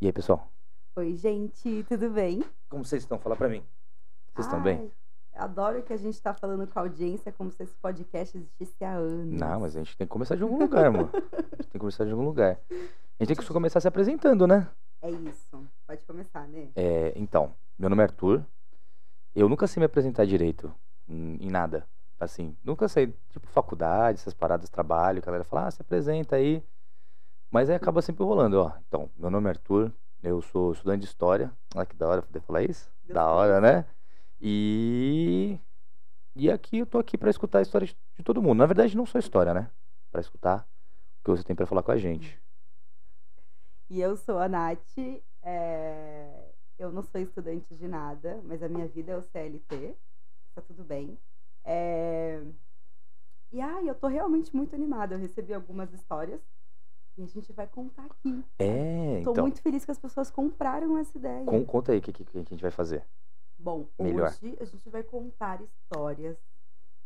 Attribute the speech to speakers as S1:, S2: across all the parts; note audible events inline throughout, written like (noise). S1: E aí, pessoal?
S2: Oi, gente, tudo bem?
S1: Como vocês estão? Fala pra mim. Vocês estão bem?
S2: Ai, Adoro que a gente tá falando com a audiência como se esse podcast existisse há anos.
S1: Não, mas a gente tem que começar de algum lugar, mano. A gente tem que começar de algum lugar. A gente tem que começar se apresentando, né?
S2: É isso. Pode começar, né?
S1: É, então, meu nome é Arthur. Eu nunca sei me apresentar direito hum, em em nada. Assim, nunca sei, tipo, faculdade, essas paradas, trabalho, a galera fala, ah, se apresenta aí. Mas aí acaba sempre rolando, ó. Então, meu nome é Arthur, eu sou estudante de História. Olha que da hora poder falar isso. Da
S2: Gostei.
S1: hora, né? E. E aqui eu tô aqui pra escutar a história de de todo mundo. Na verdade, não só história, né? Pra escutar o que você tem pra falar com a gente.
S2: E eu sou a Nath. é, Eu não sou estudante de nada, mas a minha vida é o CLT. Tá tudo bem. É, E ai, eu tô realmente muito animada. Eu recebi algumas histórias e a gente vai contar aqui.
S1: É,
S2: Uhum. Tô
S1: então.
S2: muito feliz que as pessoas compraram essa ideia.
S1: con- conta aí o que, que, que a gente vai fazer.
S2: Bom,
S1: Melhor.
S2: hoje a gente vai contar histórias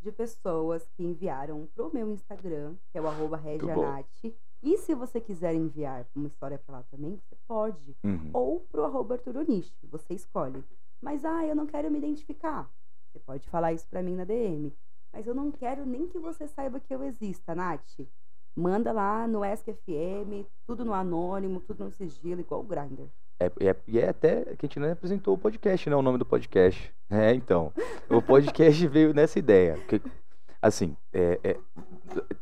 S2: de pessoas que enviaram pro meu Instagram, que é o arroba
S1: bom.
S2: regianat. E se você quiser enviar uma história pra lá também, você pode.
S1: Uhum.
S2: Ou pro arroba Arturonish, você escolhe. Mas, ah, eu não quero me identificar. Você pode falar isso pra mim na DM. Mas eu não quero nem que você saiba que eu exista, Nath. Manda lá no ESC-FM, tudo no anônimo, tudo no sigilo, igual o Grindr.
S1: É, é- e é até que a gente não apresentou o podcast, né? O nome do podcast. É, então. O podcast (laughs) veio nessa ideia. porque, assim, é, é,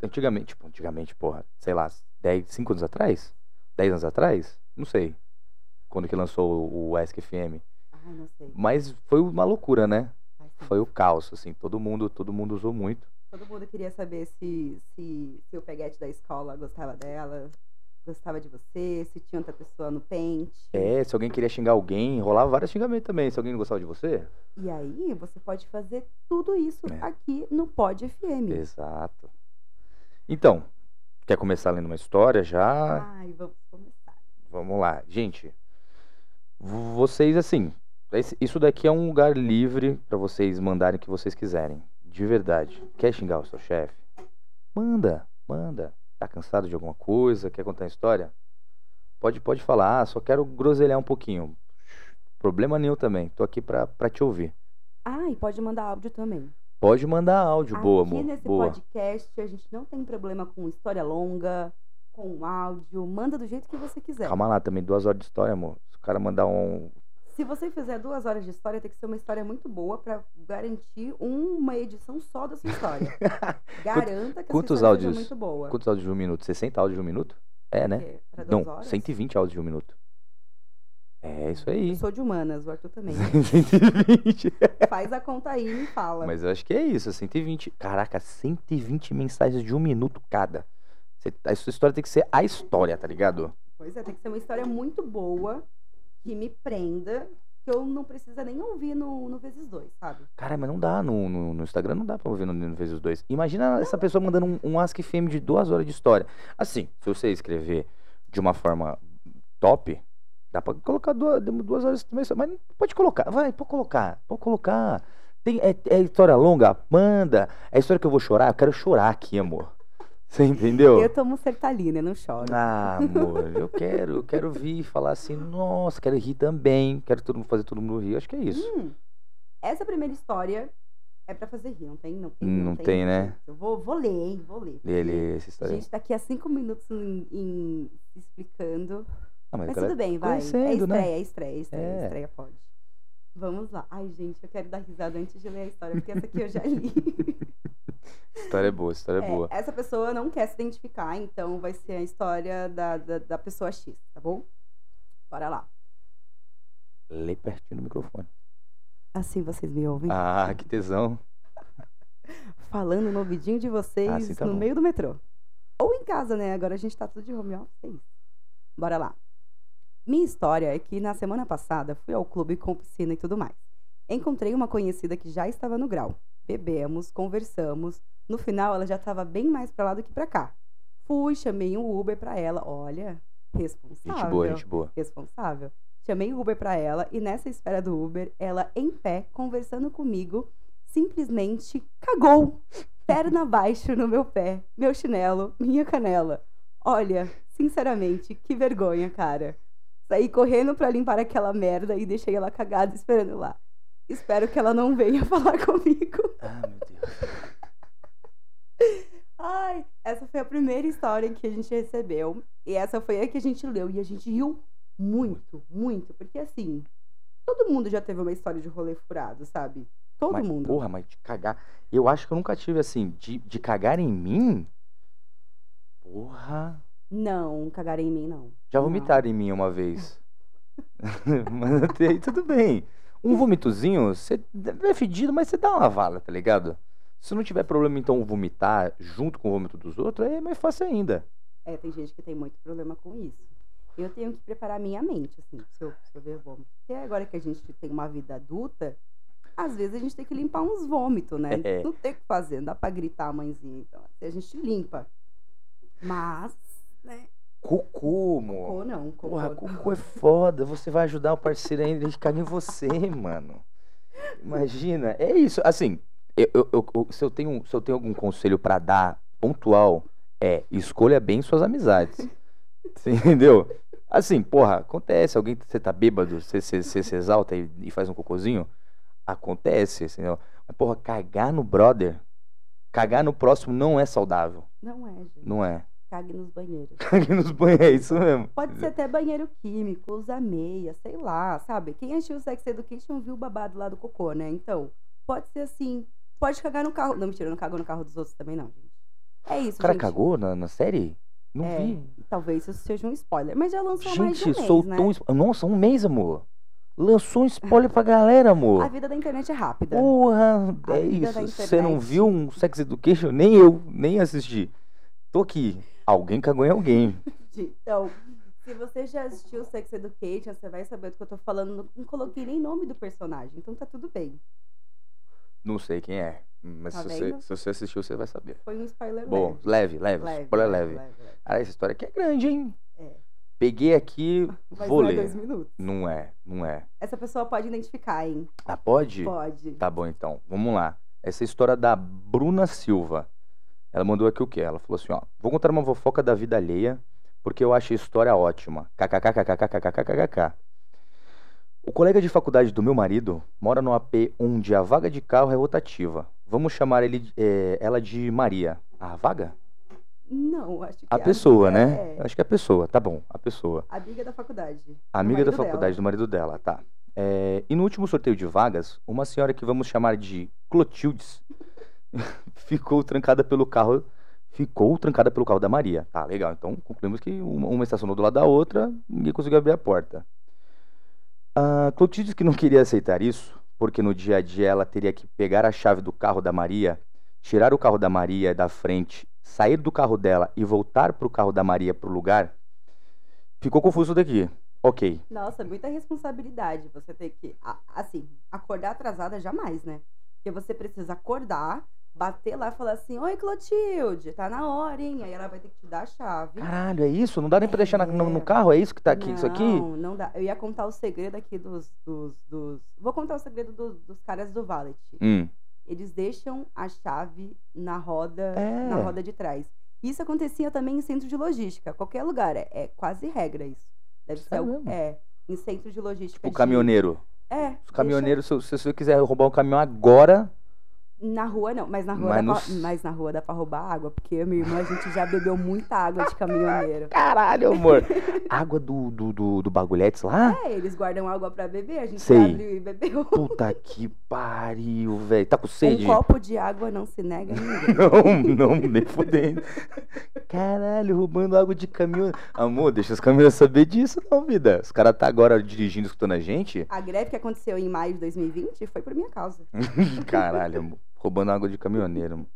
S1: antigamente, tipo, antigamente, porra, sei lá, 10, 5 anos atrás? 10 anos atrás? Não sei. Quando que lançou o, o Ask FM.
S2: Ai, não sei.
S1: Mas foi uma loucura, né?
S2: Ai, sim.
S1: Foi o caos, assim. Todo mundo, todo mundo usou muito.
S2: Todo mundo queria saber se, se, se o peguete da escola gostava dela, gostava de você, se tinha outra pessoa no pente.
S1: É, se alguém queria xingar alguém, rolava vários xingamentos também. Se alguém não gostava de você.
S2: E aí você pode fazer tudo isso
S1: É.
S2: aqui no Pod FM.
S1: Exato. Então, quer começar lendo uma história já?
S2: Ai, vamos começar.
S1: Vamos lá. Gente, v- vocês, assim, esse- isso daqui é um lugar livre pra vocês mandarem o que vocês quiserem. De verdade. Quer xingar o seu chefe? Manda, manda. Tá cansado de alguma coisa? Quer contar a história? Pode, pode falar. Ah, só quero groselhar um pouquinho. Problema nenhum também. Tô aqui pra, pra te ouvir.
S2: Ah, e pode mandar áudio também.
S1: Pode mandar áudio. boa,
S2: aqui
S1: amor.
S2: nesse
S1: Boa.
S2: podcast a gente não tem problema com história longa, com áudio. Manda do jeito que você quiser.
S1: Calma lá também. Duas horas de história, amor. Se o cara mandar um...
S2: Se você fizer duas horas de história, tem que ser uma história muito boa pra garantir uma edição só da
S1: (laughs)
S2: sua história. Garanta que
S1: Quantos
S2: essa história
S1: áudios?
S2: seja muito boa.
S1: Quantos áudios de um minuto? 60 áudios de um minuto? É, né?
S2: Porque Pra duas
S1: Não,
S2: horas?
S1: 120 áudios de um minuto. É isso aí.
S2: Eu sou de humanas, o Arthur
S1: (laughs)
S2: também.
S1: 120.
S2: Faz a conta aí e me fala.
S1: Mas eu acho que é isso, 120. Caraca, 120 mensagens de um minuto cada. Cê- a sua história tem que ser a história, tá ligado?
S2: Pois é, tem que ser uma história muito boa, que me prenda, que eu não precisa nem ouvir no, no vezes dois, sabe?
S1: Cara, mas não dá. No, no, no Instagram não dá pra ouvir no, no Vezes os Dois. Imagina essa pessoa mandando um, um Ask FM de duas horas de história. Assim, se você escrever de uma forma top, dá pra colocar duas, duas horas também. só- Mas pode colocar, vai, pode colocar, pode colocar. Tem, é, é história longa? Manda. É história que eu vou chorar? Eu quero chorar aqui, amor. Você entendeu?
S2: Eu tomo sertalina, não choro.
S1: Ah, amor, eu quero, eu quero vir e falar assim, nossa, quero rir também, quero todo mundo fazer todo mundo rir, acho que é isso.
S2: Hum, essa primeira história é pra fazer rir, não tem? Não tem,
S1: Não tem, né?
S2: jeito. Eu vou, vou ler, hein? Vou ler.
S1: Ele, essa história.
S2: Gente, daqui a cinco minutos em, em- se explicando.
S1: Ah, mas
S2: Mas
S1: galera-
S2: tudo bem, vai. É
S1: conhecendo,
S2: estreia,
S1: né?
S2: é estreia, é estreia,
S1: É.
S2: é estreia, pode. Vamos lá. Ai, gente, eu quero dar risada antes de ler a história, porque essa aqui eu já li.
S1: História é boa, história (laughs) é,
S2: É,
S1: boa.
S2: essa pessoa não quer se identificar, então vai ser a história da, da, da pessoa X, tá bom? Bora lá.
S1: Lê pertinho do microfone.
S2: Assim vocês me ouvem?
S1: Ah, que tesão.
S2: Falando no ouvidinho de vocês
S1: Ah, sim, tá
S2: no
S1: bom.
S2: meio do metrô. Ou em casa, né? Agora a gente tá tudo de home office. é isso. Bora lá. Minha história é que na semana passada fui ao clube com piscina e tudo mais. Encontrei uma conhecida que já estava no grau. Bebemos, conversamos. No final ela já estava bem mais pra lá do que pra cá. Fui, chamei um Uber pra ela. Olha, responsável.
S1: Gente boa, gente boa.
S2: responsável. Chamei o Uber para ela e nessa espera do Uber, ela em pé, conversando comigo, simplesmente cagou. Perna abaixo no meu pé, meu chinelo, minha canela. Olha, sinceramente, que vergonha, cara. Saí correndo pra limpar aquela merda e deixei ela cagada esperando lá. Espero que ela não venha (laughs) falar comigo.
S1: Ah, meu Deus.
S2: Ai, essa foi a primeira história que a gente recebeu. E essa foi a que a gente leu. E a gente riu muito, muito. Porque assim, todo mundo já teve uma história de rolê furado, sabe? Todo
S1: mas,
S2: mundo.
S1: Porra, mas de cagar. Eu acho que eu nunca tive assim, de, de cagar em mim? Porra.
S2: Não, cagaram em mim, não.
S1: Já
S2: Não.
S1: vomitaram em mim uma vez. (laughs) mas até aí tudo bem. Um vomitozinho, você é fedido, mas você dá uma vala, tá ligado? Se não tiver problema, então, vomitar junto com o vômito dos outros, aí é mais fácil ainda.
S2: É, tem gente que tem muito problema com isso. Eu tenho que preparar minha mente, assim, se eu, se eu ver vômito. Porque agora que a gente tem uma vida adulta, às vezes a gente tem que limpar uns vômitos, né?
S1: É.
S2: Não tem o que fazer, não dá pra gritar a mãezinha. Então, assim, a gente limpa. Mas, né?
S1: Cocô, amor.
S2: Ou não, cocô
S1: Porra,
S2: não.
S1: cocô é foda. Você vai ajudar o parceiro ainda, ele caga em você, mano. Imagina. É isso. Assim, eu, eu- eu- eu- se, eu tenho, se eu tenho algum conselho pra dar pontual, é escolha bem suas amizades. Você entendeu? Assim, porra, acontece. Alguém, você tá bêbado, você, você- você se exalta e, e faz um cocôzinho. Acontece, entendeu? Mas, porra, cagar no brother, cagar no próximo não é saudável.
S2: Não é, gente.
S1: Não é. (laughs)
S2: Cague nos banheiros.
S1: Cagar nos banheiros, é isso mesmo.
S2: Pode ser até banheiro químico, usar meia, sei lá, sabe? Quem assistiu o Sex Education viu o babado lá do cocô, né? Então, pode ser assim. Pode cagar no carro. Não, mentira, eu não cago no carro dos outros também, não, gente. É isso,
S1: O cara
S2: gente.
S1: cagou na, na série? Não
S2: É,
S1: vi.
S2: Talvez isso seja um spoiler. Mas já lançou há mais de um
S1: Gente,
S2: mês,
S1: soltou
S2: né?
S1: um spoiler. Nossa, um mês, amor. Lançou um spoiler pra galera,
S2: A
S1: amor.
S2: vida da internet é rápida.
S1: Porra,
S2: A
S1: é
S2: vida da
S1: isso. Você não
S2: internet.
S1: viu um Sex Education? Nem eu, nem assisti. Tô aqui. Alguém cagou em alguém.
S2: Então, se você já assistiu Sex Education, você vai saber do que eu tô falando. Não- Não coloquei nem nome do personagem, então tá tudo bem.
S1: Não sei quem é. Mas
S2: Tá
S1: se, você,
S2: vendo?
S1: se você assistiu, você vai saber.
S2: Foi um spoiler
S1: Bom,
S2: leve.
S1: leve, leve. spoiler leve.
S2: leve, leve.
S1: Cara, essa história aqui é grande, hein?
S2: É.
S1: Peguei aqui,
S2: Mas
S1: vou
S2: não é
S1: ler.
S2: dois minutos.
S1: Não é, não é.
S2: Essa pessoa pode identificar, hein?
S1: Ah, pode?
S2: Pode.
S1: Tá bom, então. Vamos lá. Essa é a história da Bruna Silva. Ela mandou aqui o quê? Ela falou assim, ó. Vou contar uma fofoca da vida alheia, porque eu acho a história ótima. KKKKKKKKKKK. O colega de faculdade do meu marido mora no AP onde a vaga de carro é rotativa. Vamos chamar ele, eh, ela de Maria. A vaga?
S2: Não, acho que
S1: A pessoa,
S2: amiga
S1: né?
S2: É
S1: Acho que é a pessoa. Tá bom, a pessoa.
S2: a amiga da faculdade.
S1: Amiga da
S2: marido
S1: faculdade
S2: dela.
S1: do marido dela, tá. É, e no último sorteio de vagas, uma senhora que vamos chamar de Clotildes (laughs) ficou trancada pelo carro. Ficou trancada pelo carro da Maria. Tá, legal. Então concluímos que uma, uma estacionou do lado da outra, ninguém conseguiu abrir a porta. Ah, Clotildes que não queria aceitar isso, porque no dia a dia ela teria que pegar a chave do carro da Maria, tirar o carro da Maria da frente, sair do carro dela e voltar pro carro da Maria pro lugar. Ficou confuso daqui. Ok.
S2: Nossa, muita responsabilidade você ter que. a- Assim, acordar atrasada jamais, né? Porque você precisa acordar, bater lá e falar assim: Oi, Clotilde, tá na hora, hein? Aí ela vai ter que te dar a chave.
S1: Caralho, é isso? Não dá nem pra deixar na- no, no
S2: É.
S1: carro? É isso que tá aqui? Isso aqui?
S2: Não, não dá. Eu ia contar o segredo aqui dos. dos, dos... Vou contar o segredo do- dos caras do Valet.
S1: Hum.
S2: Eles deixam a chave na roda,
S1: É.
S2: na roda de trás. Isso acontecia também em centro de logística. Qualquer lugar. É, é quase regra isso. Deve ser
S1: Sério
S2: algo-
S1: mesmo?
S2: é, em centro de logística.
S1: O
S2: de-
S1: caminhoneiro.
S2: É.
S1: Os caminhoneiros, se, se você quiser roubar um caminhão agora,
S2: deixa- Na rua não, mas na rua,
S1: Mas
S2: dá
S1: nos-
S2: pra, mas na rua dá pra roubar água, porque eu e minha irmã a gente já bebeu muita água de caminhoneiro.
S1: caralho, (laughs) amor. Água do, do, do, do bagulhetes lá?
S2: É, eles guardam água pra beber, a gente
S1: Sei.
S2: abriu e um, bebeu.
S1: Puta que pariu, velho. Tá com
S2: Um
S1: sede?
S2: copo de água não se nega a ninguém.
S1: (laughs) Não, não, nem fudendo. Caralho, roubando água de caminhão. Amor, deixa os caminhoneiros saber disso, não, vida. Os caras tá agora dirigindo, escutando a gente.
S2: A greve que aconteceu em maio de 2020 foi por minha causa.
S1: (laughs) Caralho, amor. roubando água de caminhoneiro. amor.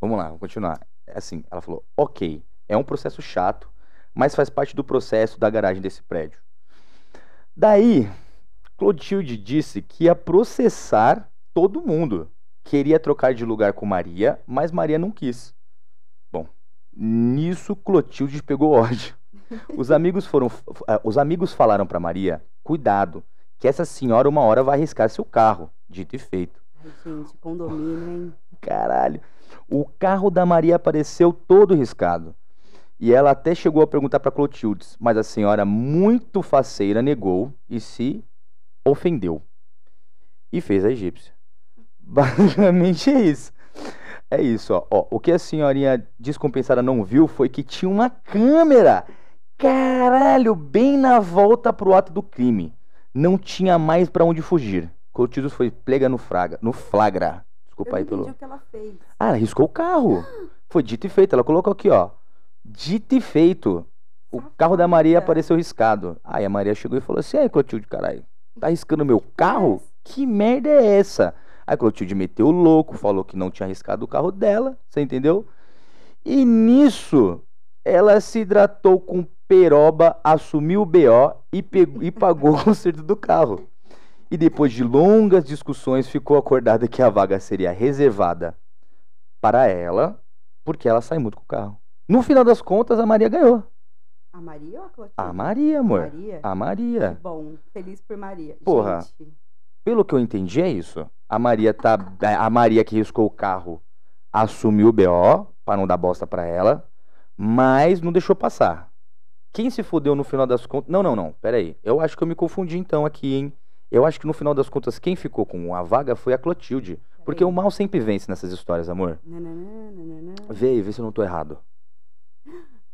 S1: Vamos lá, vamos continuar. Assim, ela falou: ok, é um processo chato, mas faz parte do processo da garagem desse prédio. Daí, Clotilde disse que ia processar todo mundo. Queria trocar de lugar com Maria, mas Maria não quis. Bom, nisso Clotilde pegou ódio. Os amigos foram, ah, os amigos falaram pra Maria: cuidado, que essa senhora uma hora vai arriscar seu carro. Dito e feito.
S2: Ai, gente, condomínio, hein?
S1: Caralho. O carro da Maria apareceu todo riscado. E ela até chegou a perguntar para Clotildes, mas a senhora, muito faceira, negou e se ofendeu. E fez a egípcia. (laughs) Basicamente é isso. É isso, ó. Ó, O que a senhorinha descompensada não viu foi que tinha uma câmera. Caralho, bem na volta pro ato do crime. Não tinha mais pra onde fugir. Clotildes foi pega no fraga, no flagra.
S2: Eu
S1: Desculpa
S2: não
S1: aí
S2: entendi
S1: pelo.
S2: o que ela fez.
S1: Ah, ela riscou o carro. Foi dito e feito. Ela colocou aqui, ó. Dito e feito. O carro da Maria
S2: Safada.
S1: apareceu riscado. Aí a Maria chegou e falou assim: Aí, Clotilde, caralho, tá riscando meu carro? Que merda é essa? Aí Clotilde meteu o louco, falou que não tinha arriscado o carro dela, você entendeu? E nisso, ela se hidratou com peroba, assumiu o BO e, pegou- e pagou o (laughs) conserto do carro. E depois de longas discussões, ficou acordada que a vaga seria reservada para ela, porque ela sai muito com o carro. No final das contas, a Maria ganhou.
S2: A Maria ou a Clotilde?
S1: A Maria, amor.
S2: Maria?
S1: A
S2: Que
S1: Maria.
S2: bom. Feliz por Maria.
S1: Porra.
S2: Gente,
S1: Pelo que eu entendi, é isso. A Maria tá. A Maria que riscou o carro assumiu o BO para não dar bosta para ela, mas não deixou passar. Quem se fodeu no final das contas. Não, não, não. Peraí. Eu acho que eu me confundi então aqui, hein? Eu acho que no final das contas, quem ficou com a vaga foi a Clotilde. Porque o
S2: peraí.
S1: mal sempre vence nessas histórias, amor.
S2: Nananã, nananã.
S1: Vê aí, vê se eu não tô errado.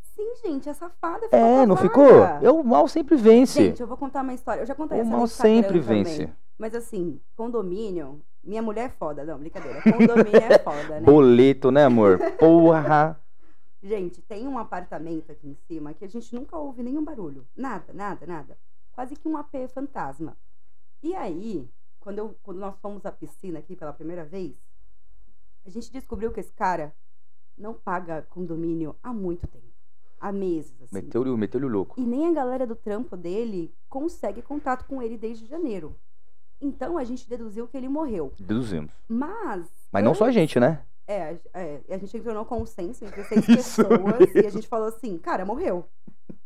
S2: Sim, gente, a safada ficou com
S1: É,
S2: a
S1: não
S2: vaga.
S1: ficou? Eu, o mal sempre vence.
S2: Gente, eu vou contar uma história. Eu já contei
S1: o
S2: essa no
S1: mal
S2: Instagram
S1: sempre
S2: também.
S1: vence.
S2: Mas assim, condomínio... Minha mulher é foda. Não, brincadeira. Condomínio
S1: (laughs)
S2: é foda, né?
S1: Boleto, né,
S2: (laughs)
S1: amor? Porra!
S2: Gente, tem um apartamento aqui em cima que a gente nunca ouve nenhum barulho. Nada, nada, nada. Quase que um AP fantasma. E aí, quando, eu, quando nós fomos à piscina aqui pela primeira vez, a gente descobriu que esse cara não paga condomínio há muito tempo. Há meses, assim.
S1: Meteu-lhe o meteu-lhe o louco.
S2: E nem a galera do trampo dele consegue contato com ele desde janeiro. Então a gente deduziu que ele morreu.
S1: Deduzimos.
S2: Mas.
S1: Mas não só a gente, né?
S2: É, a- é, a gente entrou no consenso
S1: (laughs)
S2: entre seis pessoas e a gente falou assim, cara, morreu.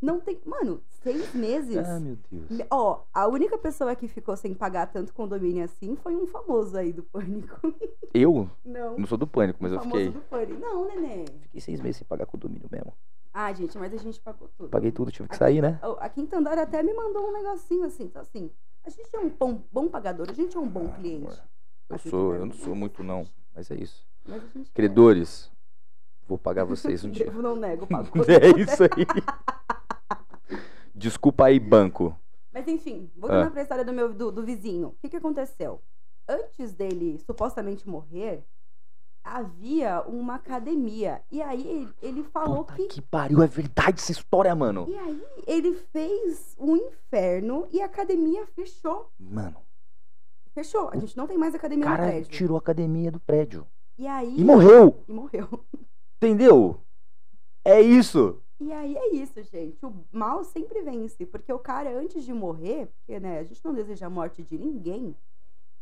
S2: Não tem. Mano, seis meses.
S1: Ah, meu Deus.
S2: Me- Ó, a única pessoa que ficou sem pagar tanto condomínio assim foi um famoso aí do pânico. (laughs)
S1: Eu
S2: Não.
S1: não sou do pânico, mas eu
S2: famoso
S1: fiquei.
S2: do pânico. Não, nenê.
S1: Fiquei seis meses sem pagar condomínio mesmo.
S2: Ah, gente, mas a gente pagou tudo.
S1: Paguei tudo, tive que sair, né?
S2: Ó, A Quinta Andar até me mandou um negocinho assim, então assim. A gente é um bom, bom pagador, a gente é um bom
S1: Ah,
S2: cliente.
S1: amor. Eu
S2: Aqui
S1: sou,
S2: também.
S1: eu não sou muito, não. Mas é isso.
S2: Mas a gente é.
S1: Credores, vou pagar vocês um dia. (laughs)
S2: (laughs) Devo, não nego, pago.
S1: É isso aí. Desculpa aí, banco.
S2: Mas enfim,
S1: Ah.
S2: voltando pra história do meu do, do vizinho. O que, que aconteceu? Antes dele supostamente morrer, havia uma academia. E aí ele- ele falou
S1: Puta
S2: que.
S1: que pariu, é verdade essa história, mano.
S2: E aí ele fez um inferno e a academia fechou.
S1: Mano,
S2: Fechou. A gente não tem mais
S1: o
S2: academia no
S1: cara
S2: prédio.
S1: tirou a academia do prédio.
S2: E aí.
S1: E morreu!
S2: E morreu.
S1: Entendeu? É isso.
S2: E aí é isso, gente. O mal sempre vence. Porque o cara, antes de morrer, porque né, a gente não deseja a morte de ninguém,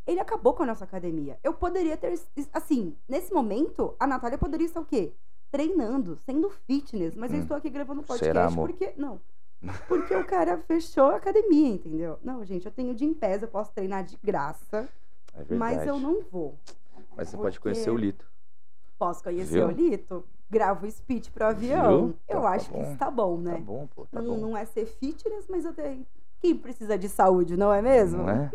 S2: ele acabou com a nossa academia. Eu poderia ter. Assim, nesse momento, a Natália poderia estar o quê? Treinando, sendo fitness. Mas eu
S1: Hum.
S2: estou aqui gravando um podcast
S1: Será, amor?
S2: porque.
S1: (laughs)
S2: Não. Porque o cara fechou a academia, entendeu? Não, gente, eu tenho de em pés, eu posso treinar de graça,
S1: É verdade.
S2: mas eu não vou.
S1: Mas você pode
S2: porque-
S1: conhecer o Lito.
S2: Posso conhecer
S1: Viu?
S2: o Lito? Gravo speech pro avião.
S1: Viu? Tá-
S2: Eu
S1: tá
S2: acho que
S1: bom.
S2: está bom, né?
S1: Tá bom, pô, tá
S2: não,
S1: bom.
S2: não é ser fitness, mas eu tenho. Quem precisa de saúde, não é mesmo?
S1: Não
S2: (laughs)
S1: é?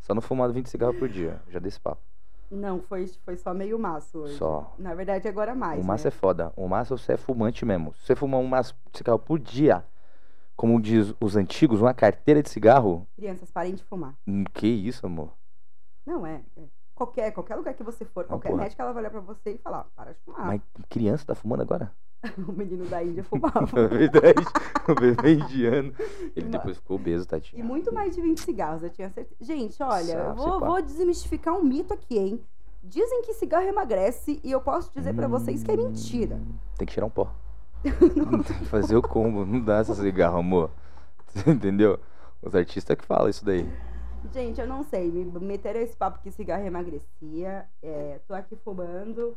S1: Só não fumado 20 cigarros por dia. Já desse papo.
S2: Não, foi, foi só meio maço hoje.
S1: Só.
S2: Na verdade, agora mais.
S1: o maço
S2: né?
S1: é foda. O maço você é fumante mesmo. Se você fumar um maço de cigarro por dia, como diz os antigos, uma carteira de cigarro,
S2: Crianças, parem de fumar.
S1: hum, que isso, amor?
S2: Não é. é. Qualquer, qualquer lugar que você for,
S1: Ah,
S2: qualquer
S1: porra.
S2: médica, ela vai olhar pra você e falar: para de fumar.
S1: Mas criança tá fumando agora?
S2: (laughs)
S1: (laughs)
S2: O menino da Índia fumava.
S1: Na verdade, o bebê indiano. Ele
S2: Mas-
S1: depois ficou obeso,
S2: E
S1: tadinho.
S2: muito mais de 20 cigarros, eu tinha certeza. Gente, olha, eu
S1: Sabe,
S2: vou,
S1: pá.
S2: vou desmistificar um mito aqui, hein? Dizem que cigarro emagrece e eu posso dizer
S1: Hum.
S2: pra vocês que é mentira.
S1: Tem que tirar um
S2: (laughs)
S1: pó. Tem que fazer o combo. Não dá essa cigarro, amor. (laughs) Você entendeu? Os artistas que falam isso daí.
S2: Gente, eu não sei. Me meteram esse papo que cigarro emagrecia. É, tô aqui fumando.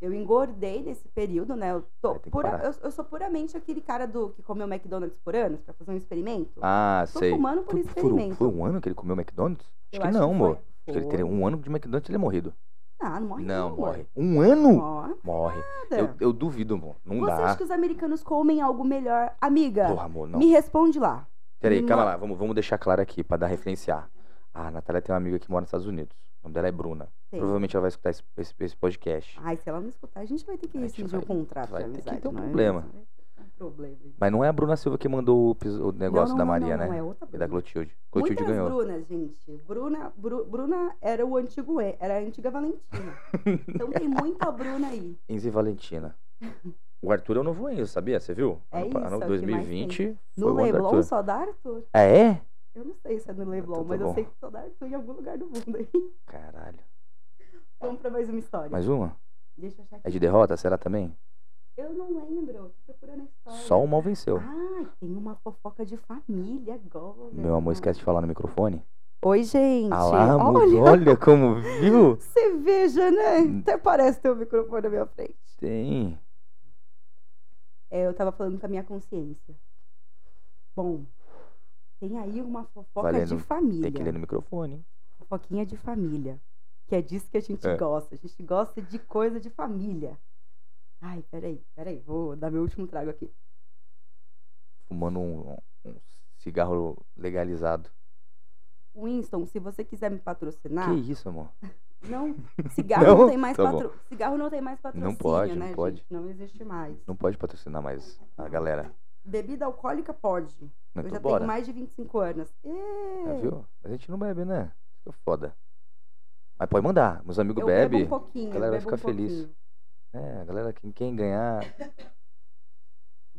S2: Eu engordei nesse período, né? Eu, tô
S1: Vai ter que
S2: pura-
S1: parar.
S2: eu, eu sou puramente aquele cara do que comeu McDonald's por anos pra fazer um experimento.
S1: Ah,
S2: tô
S1: sei.
S2: fumando por
S1: Foi, foi,
S2: experimento.
S1: um foi um ano que ele comeu McDonald's? Acho
S2: Eu
S1: que não, amor.
S2: foi-
S1: Acho que ele
S2: foi.
S1: teria um ano de McDonald's ele é morrido.
S2: Ah, não morre
S1: Não,
S2: amor.
S1: morre. Um ano?
S2: Morre
S1: Morre.
S2: nada.
S1: Eu, eu duvido, amor. Não
S2: Você
S1: dá.
S2: acha que os americanos comem algo melhor? Amiga,
S1: Porra, amor, não.
S2: me responde lá.
S1: Peraí, calma
S2: Não.
S1: lá, vamos, vamos deixar claro aqui pra dar referenciar. A Natália tem uma amiga que mora nos Estados Unidos. O nome dela é Bruna.
S2: Sei.
S1: Provavelmente ela vai escutar esse, esse- esse podcast.
S2: Ai, se ela não escutar, a gente vai ter que
S1: A gente
S2: rescindir o
S1: vai-
S2: contrato
S1: vai
S2: de
S1: ter que
S2: amizade.
S1: ter um
S2: não é
S1: problema.
S2: mesmo? É um problema.
S1: Mas não é a Bruna Silva que mandou o, pis- o negócio
S2: Não, não,
S1: da
S2: não,
S1: Maria,
S2: não,
S1: né?
S2: É outra
S1: E da
S2: Bruna.
S1: Clotilde. Clotilde
S2: Muitas
S1: ganhou.
S2: Brunas, gente. Bruna, Bru- Bruna era o antigo E, era a antiga Valentina. então tem muita Bruna aí.
S1: (laughs) Enzo e
S2: (laughs)
S1: Valentina. O Arthur é o novo Enzo, sabia? Você viu?
S2: É
S1: Ano pa- ano
S2: isso, é o que mais
S1: 2020 foi
S2: No
S1: o ano do
S2: Leblon
S1: Arthur.
S2: só dá Arthur.
S1: Ah, é?
S2: Eu não sei se é no Leblon,
S1: Então tá
S2: mas eu
S1: bom.
S2: sei que só dá Arthur em algum lugar do mundo aí. (laughs)
S1: Caralho.
S2: Vamos pra mais uma história.
S1: Mais uma?
S2: Deixa eu achar aqui.
S1: É de derrota? Será também?
S2: Eu não lembro. Tô procurando a história.
S1: Só o mal venceu.
S2: Ai, tem uma fofoca de família agora.
S1: Meu amor, esquece de falar no microfone.
S2: Oi, gente.
S1: Ah lá, amor,
S2: Olha,
S1: olha como
S2: (laughs)
S1: viu.
S2: você veja,
S1: Hum.
S2: né? Até parece ter o microfone na minha frente.
S1: Tem.
S2: É, eu tava falando com a minha consciência. Bom, tem aí uma fofoca
S1: Valendo,
S2: de família.
S1: Tem que ler no microfone, hein?
S2: Fofoquinha de família. Que é disso que a gente
S1: É.
S2: gosta. A gente gosta de coisa de família. Ai, peraí, peraí. Vou dar meu último trago aqui.
S1: Fumando um, um cigarro legalizado.
S2: Winston, se você quiser me patrocinar,
S1: Que isso, amor? (laughs)
S2: não, cigarro não,
S1: Não?
S2: tem mais
S1: Tá bom.
S2: patro... cigarro não tem mais patrocínio,
S1: pode, não
S2: né,
S1: pode.
S2: gente? Não existe mais.
S1: Não pode patrocinar mais a galera.
S2: Bebida alcoólica pode. eu já
S1: Então bora.
S2: tenho mais de 25 anos. Ê,
S1: É, viu? Mas a gente não bebe, né? Isso que é foda. Mas pode mandar. Meus amigos
S2: eu
S1: bebem.
S2: bebo um pouquinho,
S1: a galera vai
S2: bebo um
S1: ficar feliz.
S2: pouquinho.
S1: É, a galera, quem, quem ganhar. (laughs)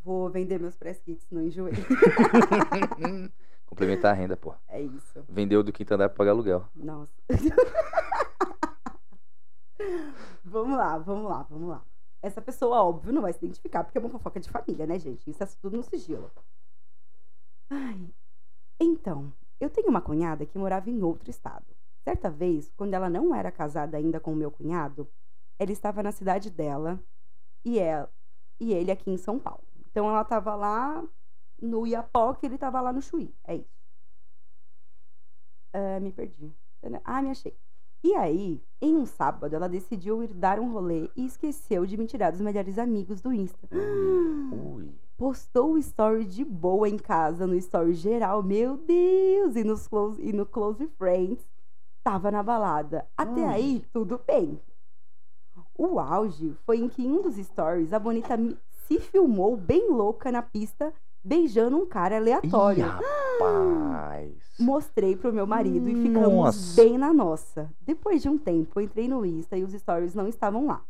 S2: Vou vender meus press kits no enjoei.
S1: hum, complementar a renda, pô.
S2: É isso.
S1: Vendeu do quinto andar pra pagar aluguel.
S2: Nossa. vamos lá, vamos lá, vamos lá. Essa pessoa, óbvio, não vai se identificar, porque é uma fofoca de família, né, gente? Isso é tudo no sigilo. Ai. Então, eu tenho uma cunhada que morava em outro estado. Certa vez, quando ela não era casada ainda com o meu cunhado, ela estava na cidade dela e, ela, e ele aqui em São Paulo. Então ela estava lá no Iapoque, ele estava lá no Chuí. É isso. Ah, me perdi. Tana- Ah, me achei. E aí, em um sábado, ela decidiu ir dar um rolê e esqueceu de me tirar dos melhores amigos do Insta.
S1: Ui.
S2: Postou o story de boa em casa, no story geral, meu Deus! E, nos close, e no Close Friends, tava na balada. Até
S1: Hum.
S2: aí, tudo bem. O auge foi em que em um dos stories, a Bonita me- se filmou bem louca na pista, beijando um cara
S1: Ih,
S2: aleatório.
S1: rapaz.
S2: Mostrei pro meu marido e ficamos
S1: Nossa.
S2: bem na nossa. Depois de um tempo, eu entrei no Insta e os stories não estavam lá.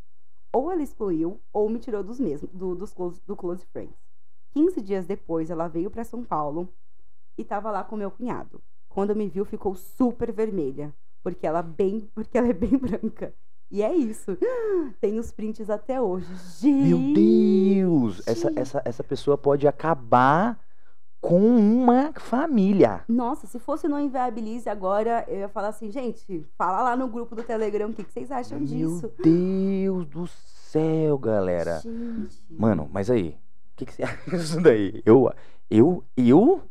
S2: Ou ela excluiu, ou me tirou dos mesmos, do, dos close, do Close Friends. 15 dias depois, ela veio pra São Paulo e tava lá com meu cunhado. Quando me viu, ficou super vermelha, porque ela bem, (laughs) porque ela é bem branca. E é isso. (gasps) Tem os prints até hoje. Gente!
S1: Meu Deus! Essa, essa, essa pessoa pode acabar com uma família.
S2: Nossa, se fosse no Inviabilize agora, eu ia falar assim, gente, fala lá no grupo do Telegram o que, que vocês acham disso.
S1: Meu Deus do céu, galera.
S2: Gente.
S1: Mano, mas aí, o que, que você (laughs) acha disso daí? Eu, eu, eu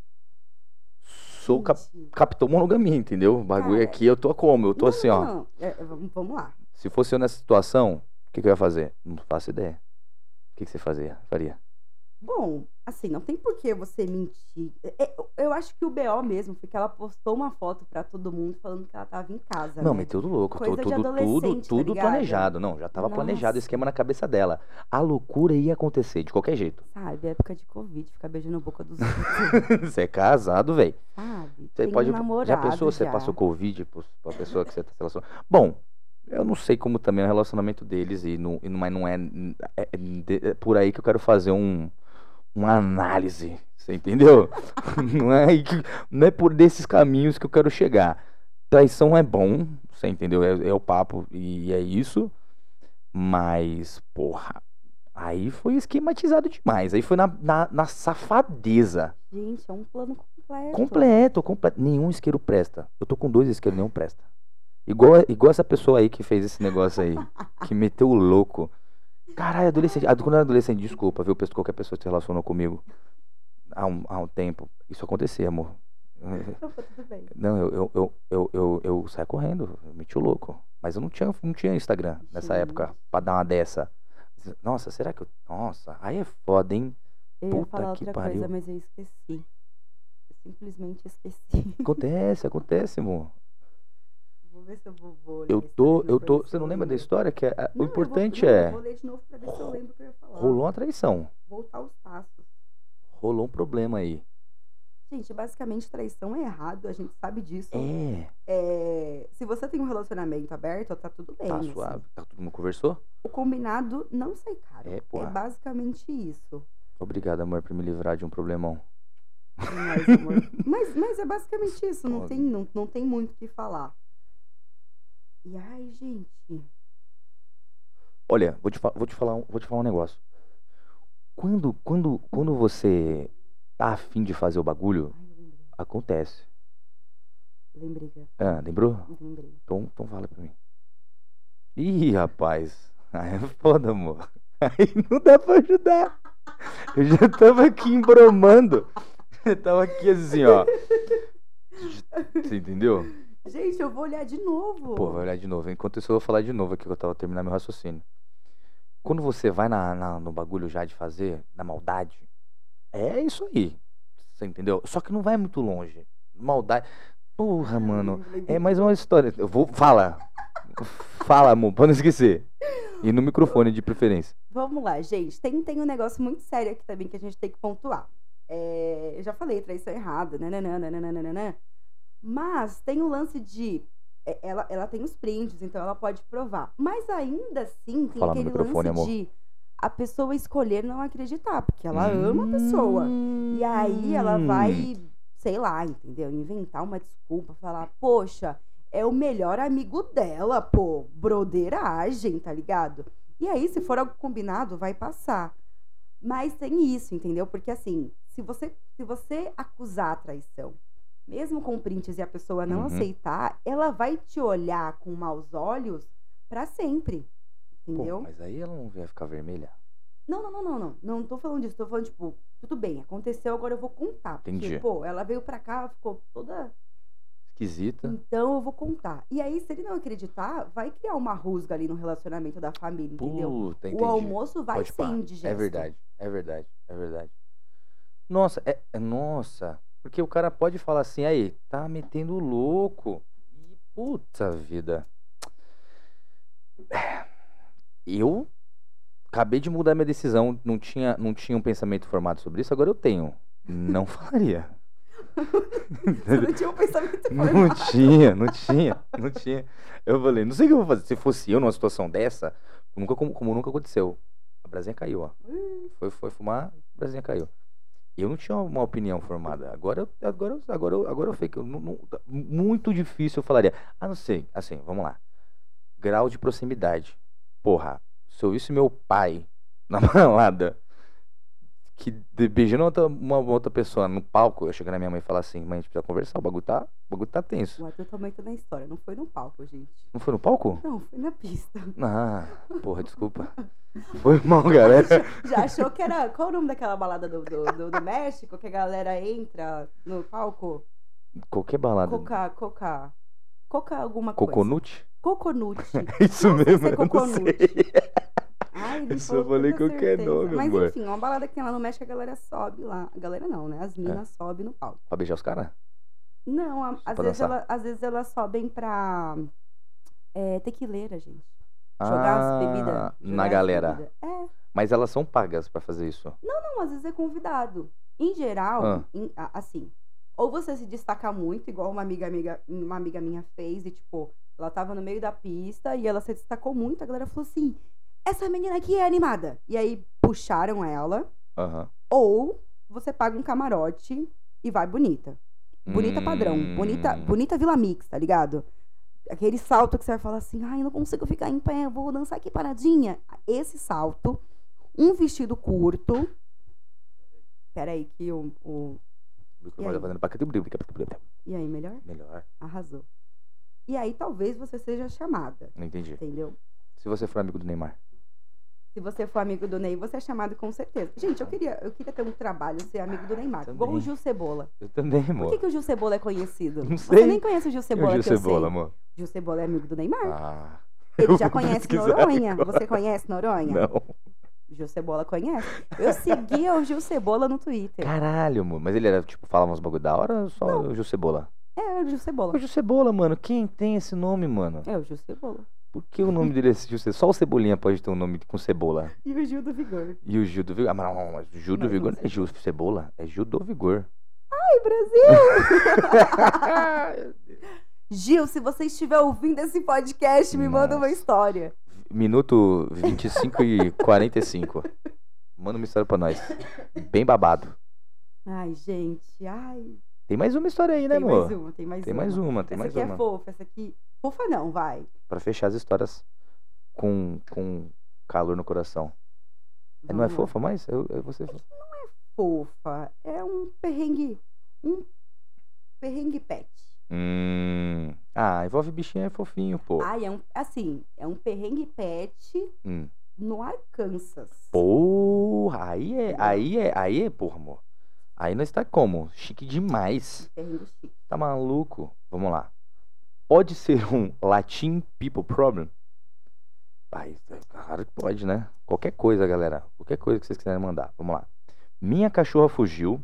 S1: sou cap,
S2: gente.
S1: capitão monogamia, entendeu? O bagulho
S2: Cara,
S1: aqui, eu tô como? Eu tô
S2: Não,
S1: assim, ó.
S2: não, não. É, vamos, vamos lá.
S1: Se fosse eu nessa situação, o que, que eu ia fazer? Não faço ideia. O que, que você fazia? faria?
S2: Bom, assim, não tem por que você mentir. É, Eu, eu acho que o BO mesmo foi que ela postou uma foto pra todo mundo falando que ela tava em casa.
S1: Não,
S2: né?
S1: meteu do louco.
S2: Coisa
S1: Tudo,
S2: de
S1: tudo, tudo,
S2: adolescente, tá
S1: tudo
S2: ligado?
S1: planejado. Não, já tava planejado
S2: Nossa.
S1: o esquema na cabeça dela. A loucura ia acontecer, de qualquer jeito. (laughs)
S2: Sabe, época de Covid, ficar beijando a boca dos outros,
S1: você é casado, velho.
S2: sabe?
S1: Você
S2: tem
S1: pode.
S2: um namorado
S1: já pensou, você
S2: já.
S1: passou Covid pro- pra pessoa que você tá se relacionando? Bom, eu não sei como também é o relacionamento deles, e não, e não- mas não é, é- é de- é por aí que eu quero fazer um, uma análise. Você
S2: (laughs)
S1: entendeu? não, é aí que- não é por desses caminhos que eu quero chegar. Traição é bom, você entendeu? É, é o papo e é isso. Mas, porra, aí foi esquematizado demais. Aí foi na- na, na safadeza.
S2: Gente, é um plano completo.
S1: Completo, completo. Nenhum isqueiro presta. Eu tô com dois isqueiros, nenhum presta. Igual, igual essa pessoa aí que fez esse negócio aí, que meteu o louco. Caralho, adolescente. ah, Quando eu era adolescente, desculpa, viu? Pessoa- Qualquer pessoa que se relacionou comigo há um, há um tempo. Isso acontecia, amor.
S2: Não, tá tudo bem.
S1: Não, eu, eu, eu, eu, eu, eu saio correndo, eu meti o louco. Mas eu não tinha, não tinha Instagram nessa
S2: Gente.
S1: época pra dar uma dessa. Nossa, será que eu. Nossa, aí é foda, hein?
S2: Eu ia
S1: Puta
S2: falar
S1: que
S2: outra
S1: pariu.
S2: coisa, mas eu esqueci. Eu simplesmente esqueci. (laughs)
S1: Acontece, acontece, amor.
S2: Vou ver se eu vou, vou ler
S1: Eu
S2: a
S1: tô,
S2: história de
S1: eu
S2: novo pra
S1: tô.
S2: ver se
S1: Você
S2: eu
S1: não lembra da
S2: lembro.
S1: história? Que é- a- o
S2: Não, eu vou-
S1: importante
S2: não, eu
S1: é.
S2: Vou ler de novo pra ver se eu lembro o que eu ia falar.
S1: Rolou uma traição.
S2: Voltar os passos.
S1: Rolou um problema aí.
S2: Gente, basicamente traição é errado, a gente sabe disso.
S1: É.
S2: É, se você tem um relacionamento aberto, tá tudo bem.
S1: Tá
S2: assim.
S1: suave. Tá, todo mundo conversou?
S2: O combinado não sai caro.
S1: É, porra.
S2: basicamente
S1: (laughs)
S2: isso.
S1: Obrigado, amor, por me livrar de um problemão.
S2: Mas, amor, mas, mas é basicamente isso. Não
S1: Foda.
S2: tem, não, não tem muito o que falar. E ai, gente.
S1: Olha, vou te, fa- vou te falar, um- vou te falar um negócio. Quando, quando, quando você tá afim de fazer o bagulho,
S2: Ai, lembrei.
S1: acontece.
S2: Lembrei, que eu-
S1: Ah, lembrou?
S2: lembrei.
S1: Então, então fala pra mim. Ih, rapaz. (laughs) Aí é foda, amor. (laughs) Aí não dá pra ajudar. Eu já tava aqui embromando. (laughs) Eu tava aqui assim, ó. Você entendeu?
S2: Gente, eu vou olhar de novo.
S1: Pô, vai olhar de novo. Enquanto isso, eu vou falar de novo aqui que eu tava terminando meu raciocínio. Quando você vai na, na- no bagulho já de fazer, na maldade, é isso aí. Você entendeu? Só que não vai muito longe. Maldade. Porra, mano. É mais uma história. Eu vou. Fala! Fala, amor, pra não esquecer. E no microfone de preferência.
S2: Vamos lá, gente. Tem, tem um negócio muito sério aqui também que a gente tem que pontuar. É, eu já falei, traição errada, nananã, nananã, nananã. Mas tem o lance de. é, Ela, ela tem os prints, então ela pode provar. Mas ainda assim, tem
S1: Fala no
S2: aquele lance
S1: microfone, amor.
S2: de a pessoa escolher não acreditar, porque ela ama
S1: Hum.
S2: a pessoa. E aí ela vai, sei lá, entendeu? Inventar uma desculpa, falar, poxa, é o melhor amigo dela, pô, broderagem, tá ligado? E aí, se for algo combinado, vai passar. Mas tem isso, entendeu? Porque assim, se você, se você acusar a traição, mesmo com prints e a pessoa não
S1: Uhum.
S2: aceitar, ela vai te olhar com maus olhos pra sempre. Entendeu?
S1: Pô, mas aí ela não vai ficar vermelha?
S2: Não, não, não, não, não. Não tô falando disso. Tô falando, tipo, tudo bem, aconteceu, agora eu vou contar. Porque,
S1: Entendi.
S2: pô, ela veio pra cá, ela ficou toda.
S1: Esquisita.
S2: Então eu vou contar. E aí, se ele não acreditar, vai criar uma rusga ali no relacionamento da família, entendeu?
S1: Puta,
S2: O
S1: entendi.
S2: almoço vai
S1: Pode pá.
S2: sim de gesto.
S1: É verdade, é verdade, é verdade. Nossa, é, é- nossa, porque o cara pode falar assim, aí, tá metendo o louco. E puta vida. É, Eu acabei de mudar minha decisão, não tinha, não tinha um pensamento formado sobre isso, agora eu tenho. Não (laughs) falaria.
S2: Você não tinha
S1: (laughs)
S2: um pensamento
S1: Não
S2: formado.
S1: tinha, não tinha, não tinha. Eu falei, não sei o que eu vou fazer. Se fosse eu numa situação dessa, nunca, como, como nunca aconteceu. A brasinha caiu, ó. Foi, foi fumar, a brasinha caiu. Eu não tinha uma opinião formada. Agora eu, agora eu, agora eu, agora eu sei que eu não- não- muito difícil eu falaria. A não ser, assim, vamos lá. Grau de proximidade. Porra, se eu visse meu pai (laughs) na balada que de- beijando outra- uma outra pessoa no palco, eu chego na minha mãe e falo assim, mãe, a gente precisa conversar, o bagulho tá, o bagulho tá tenso.
S2: O Arthur também tá na história, não foi no palco, gente.
S1: Não foi no palco?
S2: Não, foi na pista.
S1: Ah, porra,
S2: (laughs)
S1: desculpa. Foi mal, galera.
S2: Já achou que era. Qual o nome daquela balada do, do, do- do México? Que a galera entra no palco?
S1: Qualquer balada.
S2: Coca, coca. Coca alguma coisa.
S1: Coconut? (laughs)
S2: Coconut.
S1: É isso mesmo, eu
S2: ser
S1: não sei.
S2: coconut. Ai, ele
S1: Eu só
S2: falou com
S1: falei
S2: tanta
S1: qualquer
S2: certeza.
S1: nome,
S2: Mas
S1: amor.
S2: enfim, é uma balada que tem lá no México, a galera sobe lá. A galera não, né? As
S1: É.
S2: minas sobem no palco.
S1: Pra beijar os caras?
S2: Não, a- às,
S1: pra
S2: vezes
S1: dançar.
S2: ela- às vezes elas sobem pra é, tequileira, gente. Jogar as bebidas.
S1: Ah,
S2: jogar
S1: na
S2: as
S1: galera.
S2: bebidas. É,
S1: Mas elas são pagas pra fazer isso.
S2: não, às vezes é convidado. Em geral,
S1: Ah.
S2: em- a- assim, ou você se destaca muito, igual uma amiga, amiga, uma amiga minha fez, e tipo, ela tava no meio da pista e ela se destacou muito, a galera falou assim: essa menina aqui é animada. E aí puxaram ela.
S1: Aham.
S2: ou você paga um camarote e vai bonita. Bonita padrão,
S1: Hum.
S2: bonita, bonita Vila Mix, tá ligado? Aquele salto que você vai falar assim, ai, não consigo ficar em pé, vou dançar aqui paradinha. Esse salto, um vestido curto. Peraí que o, o...
S1: O
S2: E
S1: microfone
S2: aí?
S1: tá fazendo pra
S2: E aí, melhor?
S1: Melhor.
S2: Arrasou. E aí, talvez você seja chamada,
S1: Não entendi.
S2: entendeu?
S1: Se você for amigo do Neymar.
S2: Se Se você for amigo do Ney, você é chamado com certeza. Gente, eu queria, eu queria ter um trabalho, ser amigo do Neymar.
S1: também.
S2: Igual o Gil Cebola.
S1: Eu também,
S2: Por
S1: amor.
S2: que, que o Gil Cebola é conhecido?
S1: Não
S2: Você
S1: sei.
S2: nem conhece o Gil
S1: E o
S2: Cebola,
S1: Gil
S2: que eu
S1: Cebola,
S2: sei.
S1: amor?
S2: Gil Cebola é amigo
S1: (laughs)
S2: do Neymar.
S1: Ah, eu
S2: Ele já
S1: vou
S2: conhece
S1: pesquisar
S2: Noronha.
S1: agora.
S2: Você conhece Noronha?
S1: Não.
S2: Gil Cebola conhece. Eu seguia o Gil Cebola no Twitter.
S1: Caralho, amor. Mas ele era, tipo, falava uns bagulho da hora ou só o Gil Cebola?
S2: É, o Gil Cebola.
S1: O Gil Cebola, mano. Quem tem esse nome, mano?
S2: É, o Gil Cebola.
S1: Por que o nome dele é Gil Cebola? Só o Cebolinha pode ter um nome com Cebola.
S2: E o Gil do Vigor.
S1: E o Gil do Vigor. Ah, mas não, mas o Gil do
S2: Mas não
S1: Vigor não é
S2: sei.
S1: Gil Cebola, é Gil do Vigor. (laughs)
S2: Ai, Brasil! Gil, se você estiver ouvindo esse podcast, me manda uma
S1: Nossa.
S2: história.
S1: Minuto 25 e 45. Manda uma história pra nós. Bem babado.
S2: Ai, gente, ai.
S1: Tem mais uma história aí, né,
S2: tem
S1: amor?
S2: mais uma, tem mais
S1: Tem
S2: uma.
S1: mais uma, tem
S2: essa
S1: mais
S2: aqui
S1: uma.
S2: é fofa, essa aqui. Fofa não, vai.
S1: Pra fechar as histórias com, com calor no coração. É, não é
S2: Vamos lá.
S1: fofa mais? Eu, eu vou ser fofo.
S2: Fofa. É um perrengue. Um perrengue pet.
S1: Hum. Ah, envolve bichinho é fofinho, pô.
S2: Ai, é um. Assim, é um perrengue pet
S1: Hum.
S2: no Arkansas.
S1: Porra, aí é, aí é, aí é, porra, amor. Aí nós tá como? Chique demais.
S2: Perrengue chique.
S1: Tá maluco? Vamos lá. Pode ser um Latin people problem? Ai, é claro que pode, né? Qualquer coisa, galera. Qualquer coisa que vocês quiserem mandar. Vamos lá. Minha cachorra fugiu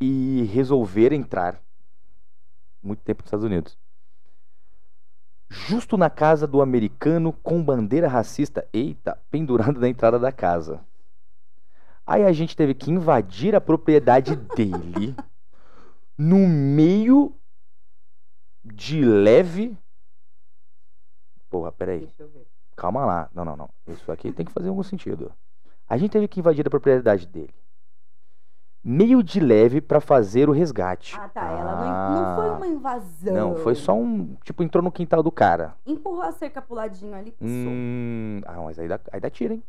S1: e resolver entrar. Muito tempo nos Estados Unidos. Justo na casa do americano com bandeira racista, eita, pendurada na entrada da casa. Aí a gente teve que invadir a propriedade dele no meio de leve. Porra, peraí.
S2: Deixa eu ver.
S1: Calma lá. Não, não, não. Isso aqui tem que fazer algum sentido. A gente teve que invadir a propriedade dele. Meio de leve pra fazer o resgate.
S2: Ah, tá. Ela não, não foi uma então. invasão.
S1: Não, foi só um. Tipo, entrou no quintal do cara.
S2: Empurrou a cerca pro ladinho ali. passou.
S1: Hum. Ah, mas aí dá, aí dá tiro, hein?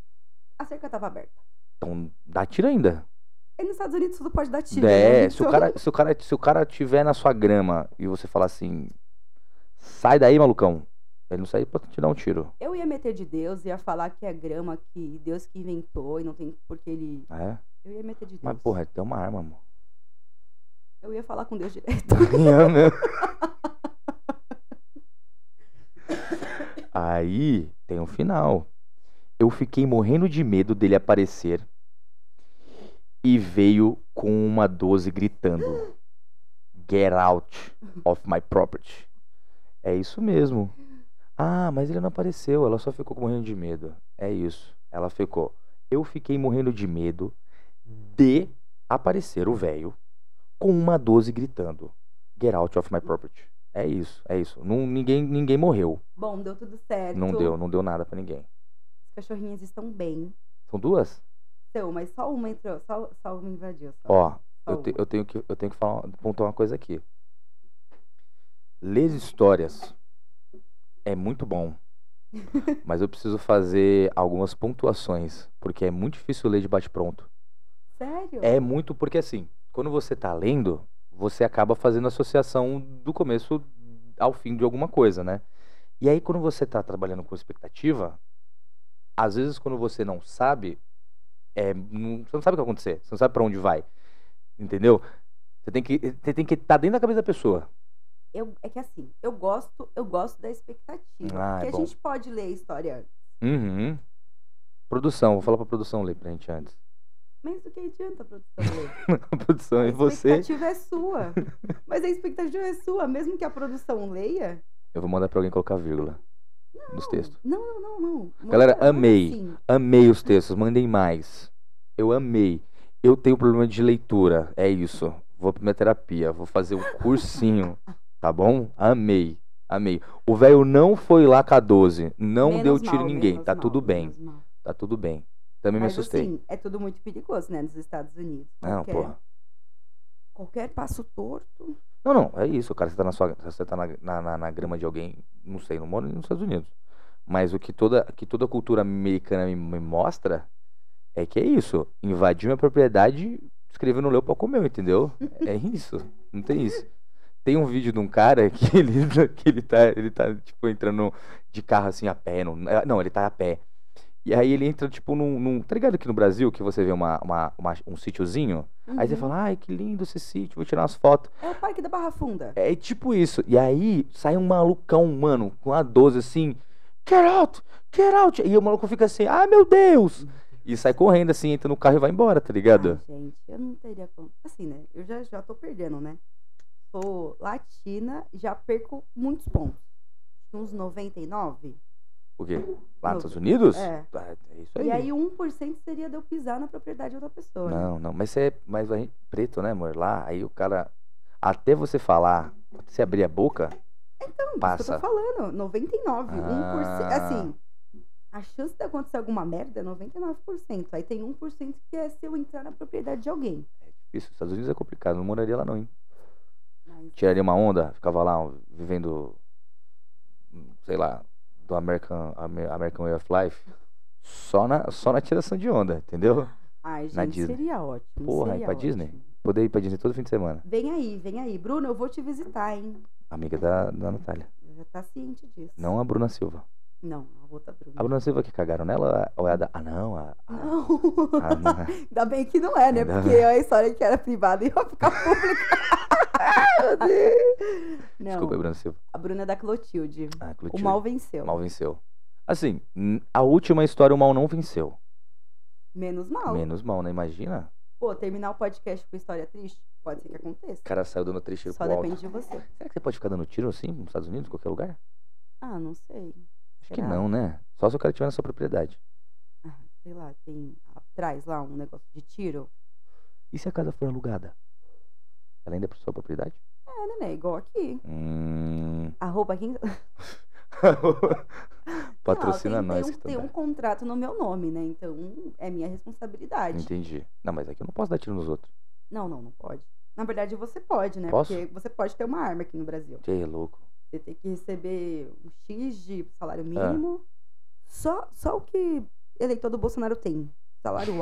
S2: A cerca tava aberta.
S1: Então dá tiro ainda.
S2: E nos Estados Unidos tudo pode dar tiro.
S1: é,
S2: né?
S1: se, o
S2: Então-
S1: cara, se, o cara, se o cara tiver na sua grama e você falar assim. Sai daí, malucão. Ele não sair pra te dar um tiro.
S2: Eu ia meter de Deus, ia falar que é grama que Deus que inventou e não tem porque ele.
S1: É?
S2: Eu ia meter de Deus.
S1: Mas, porra, tem uma arma, amor.
S2: Eu ia falar com Deus direto. (laughs)
S1: Não, não. Aí tem um final. Eu fiquei morrendo de medo dele aparecer e veio com uma 12 gritando: Get out of my property. É isso mesmo. Ah, mas ele não apareceu, ela só ficou morrendo de medo. É isso. Ela ficou. Eu fiquei morrendo de medo de aparecer o velho com uma 12 gritando: Get out of my property. É isso, é isso. Não, ninguém, ninguém morreu.
S2: Bom, deu tudo certo.
S1: Não deu, não deu nada pra ninguém.
S2: As cachorrinhas estão bem.
S1: São duas? Tá.
S2: Então, mas só uma entrou, só, só uma invadiu. Só,
S1: Ó,
S2: só
S1: eu, te-
S2: uma.
S1: eu tenho que, eu tenho que falar, pontuar uma coisa aqui. Ler histórias é muito bom, mas eu preciso fazer algumas pontuações, porque é muito difícil ler de bate-pronto.
S2: Sério?
S1: É muito, porque assim, quando você tá lendo, você acaba fazendo associação do começo ao fim de alguma coisa, né? E aí, quando você tá trabalhando com expectativa, às vezes quando você não sabe, é, não- você não sabe o que vai acontecer, você não sabe pra onde vai. Entendeu? Você tem que você tem que estar dentro da cabeça da pessoa.
S2: Eu- é que assim, eu gosto, eu gosto da expectativa.
S1: Ah, é
S2: porque
S1: bom.
S2: a gente pode ler a história antes.
S1: Uhum. Produção, vou falar pra produção ler pra gente antes. (laughs)
S2: Mas do que adianta a produção ler?
S1: A produção
S2: A
S1: e você.
S2: expectativa é
S1: (laughs)
S2: sua. Mas a expectativa é sua, mesmo que a produção leia.
S1: Eu vou mandar pra alguém colocar vírgula nos
S2: não.
S1: textos.
S2: Não, não, não, não. assim, Manda-
S1: Galera,
S2: manda
S1: amei.
S2: sim.
S1: Amei os textos, mandem mais. Eu amei. Eu tenho problema de leitura, é isso. Vou pra minha terapia, vou fazer um
S2: (laughs)
S1: cursinho, tá bom? Amei, amei. O velho não foi lá com a 12, não
S2: Menos
S1: deu tiro
S2: mal,
S1: em ninguém,
S2: menos
S1: tá
S2: mal,
S1: tudo bem,
S2: menos mal.
S1: tá tudo bem. Também
S2: Mas
S1: me assustei.
S2: assim, é tudo muito perigoso, né, nos Estados Unidos.
S1: não,
S2: Qualquer,
S1: porra.
S2: qualquer passo torto.
S1: Não, não, é isso, cara. Você tá na sua. Você tá na, na, na- na grama de alguém, não sei, não moro nos Estados Unidos. Mas o que toda, que toda a cultura americana me, me mostra é que é isso. Invadir minha propriedade escrevendo leu pra comer, entendeu? É isso. Não tem isso. Tem um vídeo de um cara que (laughs) ele, que ele é, tá, ele tá tipo, entrando de carro assim a pé. Não, não, ele tá a pé. E aí ele entra, tipo, num. num- tá ligado aqui no Brasil que você vê uma, uma- uma- um sítiozinho? Aí você
S2: Uhum.
S1: fala, ai, que lindo esse sítio, vou tirar umas fotos.
S2: É o Parque da Barra Funda.
S1: É tipo isso. E aí sai um malucão, mano, com a 12 assim, get out, get out. E o maluco fica assim, ai meu Deus! E sai correndo assim, entra no carro e vai embora, tá ligado?
S2: Ah, gente, eu não teria como. Assim, né? Eu já, já tô perdendo, né? Sou latina, já perco muitos pontos. Uns 99.
S1: O quê? Lá nos
S2: Não.
S1: Estados Unidos?
S2: É.
S1: Ah, é isso aí.
S2: E aí 1% seria de eu pisar na propriedade de outra pessoa. né?
S1: Não, não. Mas você é mas a gente, preto, né, amor? Lá, aí o cara. Até você falar, você abrir a boca,
S2: Não, Então, é Isso que
S1: passa.
S2: eu tô falando. 99. 1%.
S1: Ah.
S2: Assim, a chance de acontecer alguma merda é 99%. Aí tem 1% que é se eu entrar na propriedade de alguém.
S1: Isso, Estados Unidos é complicado, não moraria lá não, hein?
S2: Mas
S1: Tiraria uma onda, ficava lá ó, vivendo, sei lá, do American, Amer- American Way of Life, só na, só na tiração de onda, entendeu?
S2: Ai,
S1: Na
S2: gente,
S1: Disney.
S2: seria ótimo.
S1: Porra,
S2: seria
S1: e pra Disney?
S2: ótimo.
S1: Poder ir pra Disney todo fim de semana.
S2: Vem aí, vem aí. Bruno, eu vou te visitar, hein?
S1: Amiga da, da Natália.
S2: Já tá ciente disso.
S1: Não a Bruna Silva.
S2: Não, a outra Bruna.
S1: A Bruna Silva que cagaram nela ou é a da. Ah, não, a. a-
S2: (laughs) Não.
S1: a- Ah, não.
S2: Ainda bem que não é, né?
S1: Ainda
S2: Porque
S1: bem.
S2: é a história que era privada e ia ficar (laughs) pública. não,
S1: Desculpa, Bruna Silva.
S2: a Bruna é da Clotilde.
S1: Ah,
S2: O
S1: Clotilde.
S2: mal venceu.
S1: Mal venceu. Assim, n- a última história o mal não venceu.
S2: Menos mal.
S1: Menos mal, né? Imagina.
S2: Pô, terminar o podcast com história triste? Pode ser que aconteça.
S1: O cara saiu dando três tiros
S2: Só
S1: pro alto.
S2: depende de você.
S1: Será que você pode ficar dando tiro assim nos Estados Unidos, em qualquer lugar?
S2: Ah, não sei.
S1: Acho que
S2: Será?
S1: não, né? Só se o cara tiver na sua propriedade.
S2: Ah, sei lá, tem atrás lá um negócio de tiro.
S1: E se a casa for alugada? Ela ainda é pra sua propriedade?
S2: É, né, né? Igual aqui.
S1: (laughs) Hum.
S2: Arroba quem. (laughs)
S1: Patrocina
S2: Sei lá, tem-
S1: nós. então, né?
S2: Tem,
S1: que tá
S2: um,
S1: tu
S2: tem
S1: dá.
S2: um contrato no meu nome, né? Então é minha responsabilidade.
S1: Entendi. Não, mas aqui eu não posso dar tiro nos outros.
S2: Não, não, não pode. Na verdade, você pode, né?
S1: Posso?
S2: Porque você pode ter uma arma aqui no Brasil.
S1: Você é louco.
S2: Você tem que receber um X de salário
S1: É.
S2: mínimo. Só, só o que eleitor do Bolsonaro tem. Salário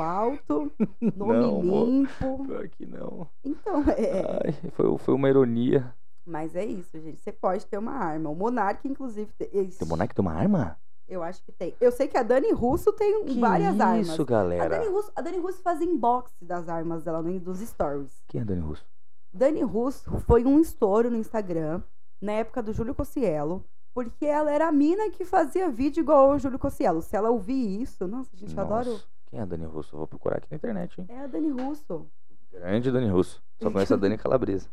S1: (laughs)
S2: alto, nome
S1: Não, amor.
S2: limpo.
S1: Pior que não.
S2: Então, é.
S1: Ai, foi, foi uma ironia.
S2: Mas é isso, gente. Você pode ter uma arma. O Monark, inclusive, tem.
S1: Tem um monarca tem uma arma?
S2: Eu acho que tem. Eu sei que a Dani Russo tem um,
S1: Que
S2: várias armas.
S1: Isso,
S2: A
S1: galera.
S2: Dani, Russo, a Dani Russo faz inbox das armas dela no- dos stories.
S1: Quem é Dani Russo?
S2: Dani Russo foi um estouro no Instagram na época do Júlio Cossielo, porque ela era a mina que fazia vídeo igual o Júlio Cossielo. Se ela ouvir isso, nossa, gente, eu adoro.
S1: Nossa, Quem é a Dani Russo? Eu vou procurar aqui na internet, hein?
S2: É a Dani Russo.
S1: Grande Dani Russo. Só conheço a
S2: (laughs)
S1: Dani Calabresa.